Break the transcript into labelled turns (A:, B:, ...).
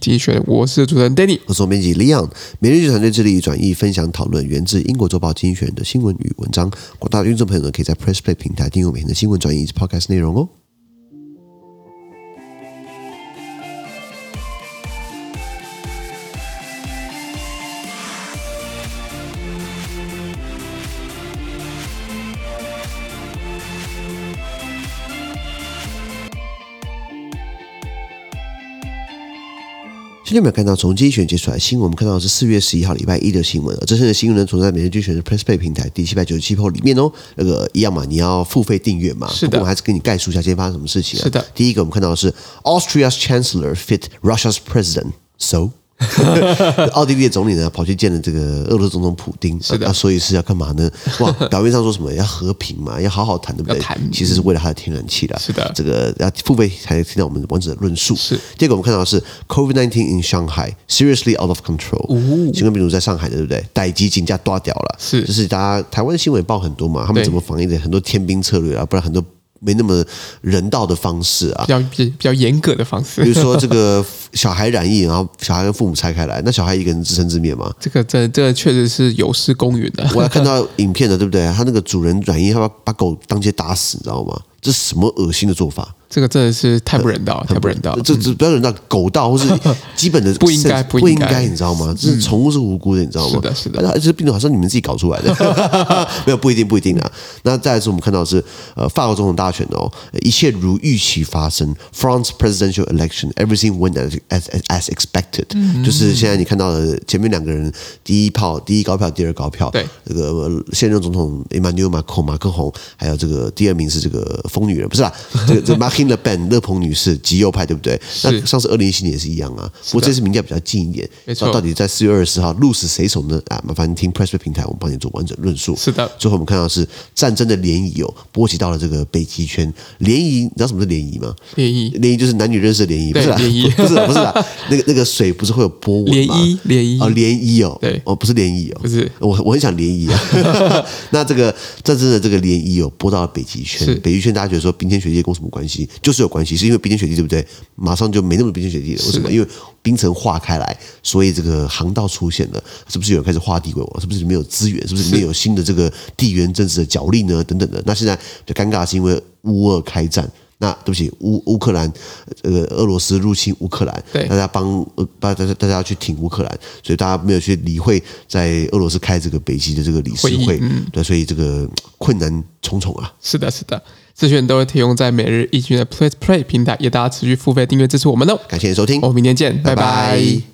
A: 经济学人，我是主持人 Danny。
B: 我是总编辑 Leon，每日剧团队致力于转译、分享、讨论源自英国《周报》《经济学人》的新闻与文章。广大的听众朋友呢，可以在 Press Play 平台订阅我们的新闻转译以及 Podcast 内容哦。今天我们有看到从精选结出来的新闻，我们看到的是四月十一号礼拜一的新闻，而这次的新闻呢，存在每日精选的 Press Play 平台第七百九十七铺里面哦。那个一样嘛，你要付费订阅嘛。
A: 是的
B: 不过我还是跟你概述一下今天发生什么事情啊。
A: 是的
B: 第一个我们看到的是 Austria's Chancellor fit Russia's President so。奥地利的总理呢，跑去见了这个俄罗斯总统普丁，
A: 是的
B: 啊所以是要干嘛呢？哇，表面上说什么要和平嘛，要好好谈，对不对？
A: 要谈
B: 其实是为了他的天然气啦。
A: 是的
B: 这个要付费才能听到我们完整的论述。
A: 是
B: 第二个我们看到的是 COVID nineteen in Shanghai seriously out of control，、新
A: 哦
B: 冠病毒在上海的，对不对？逮鸡警价抓掉了，
A: 是
B: 就是大家台湾新闻也报很多嘛，他们
A: 对
B: 怎么防疫的，很多天兵策略啊，不然很多没那么人道的方式啊
A: 比。较比比较严格的方式，
B: 比如说这个小孩染疫，然后小孩跟父母拆开来，那小孩一个人自生自灭嘛？
A: 这个这这确实是有失公允的。
B: 我还看到影片的，对不对？他那个主人染疫，他把把狗当街打死，你知道吗？这是什么恶心的做法？
A: 这个真的是太不人道了，太不人道了。
B: 这这不要人道狗道，或是基本的
A: 嗯 不应该
B: sense，
A: 不
B: 不
A: 应
B: 应
A: 该嗯
B: 该，你知道吗？这是宠物是无辜的，你知道吗？
A: 是的是的
B: 而且这病毒好像你们自己搞出来 的，没有不一定不一定啊。那再来是我们看到的是呃法国总统大选哦，一切如预期发生，France presidential election，everything went as as as expected，就是现在你看到的前面两个人，第一炮第一高票，第二高票，
A: 对
B: 这个呃现任总统 Emmanuel Macron 马克宏，还有这个第二名是这个疯女人，不是啦，这个这个 Marine Le Pen 勒鹏女士，极右派，对不对？那上次二零一七年也是一样啊，不过这次民调比较近一点，
A: 没错
B: 到底在四月二十四号鹿死谁手呢？啊，麻烦你听 Press Play 平台，我们帮你做完整论述。
A: 是的
B: 最后我们看到的是战争的涟漪哦，波及到了这个北极圈。涟漪，你知道什么是涟漪吗？
A: 涟漪
B: 涟漪就是男女认识的涟漪，不
A: 对
B: 是啦
A: 涟漪
B: 不是啦不是啦，那个那个水不是会有波纹吗？
A: 涟漪涟漪
B: 哦，涟漪哦，
A: 对
B: 哦，不是涟漪哦，
A: 不是
B: 我我很想涟 漪啊。 那这个战争的这个涟漪有波到了北极圈
A: 是，
B: 北极圈大家觉得说冰天雪地跟我什么关系？就是有关系，是因为冰天雪地对不对？马上就没那么冰天雪地了，为什么？因为冰层化开来，所以这个航道出现了，是不是有人开始画地为王？是不是里面有资源？是不是里面有新的这个地缘政治的角力呢？等等的。那现在比较尴尬的是因为乌俄开战。那对不起，乌乌克兰，呃，俄罗斯入侵乌克兰，
A: 对
B: 大家帮呃，大家大家要去挺乌克兰，所以大家没有去理会在俄罗斯开这个北极的这个理事
A: 会议嗯
B: 会，对，所以这个困难重重啊。
A: 是的，是的，资讯都会提供在每日一军的 Play Play 平台，也大家持续付费订阅支持我们哦。
B: 感谢你的收听，
A: 我们明天见，拜拜
B: 拜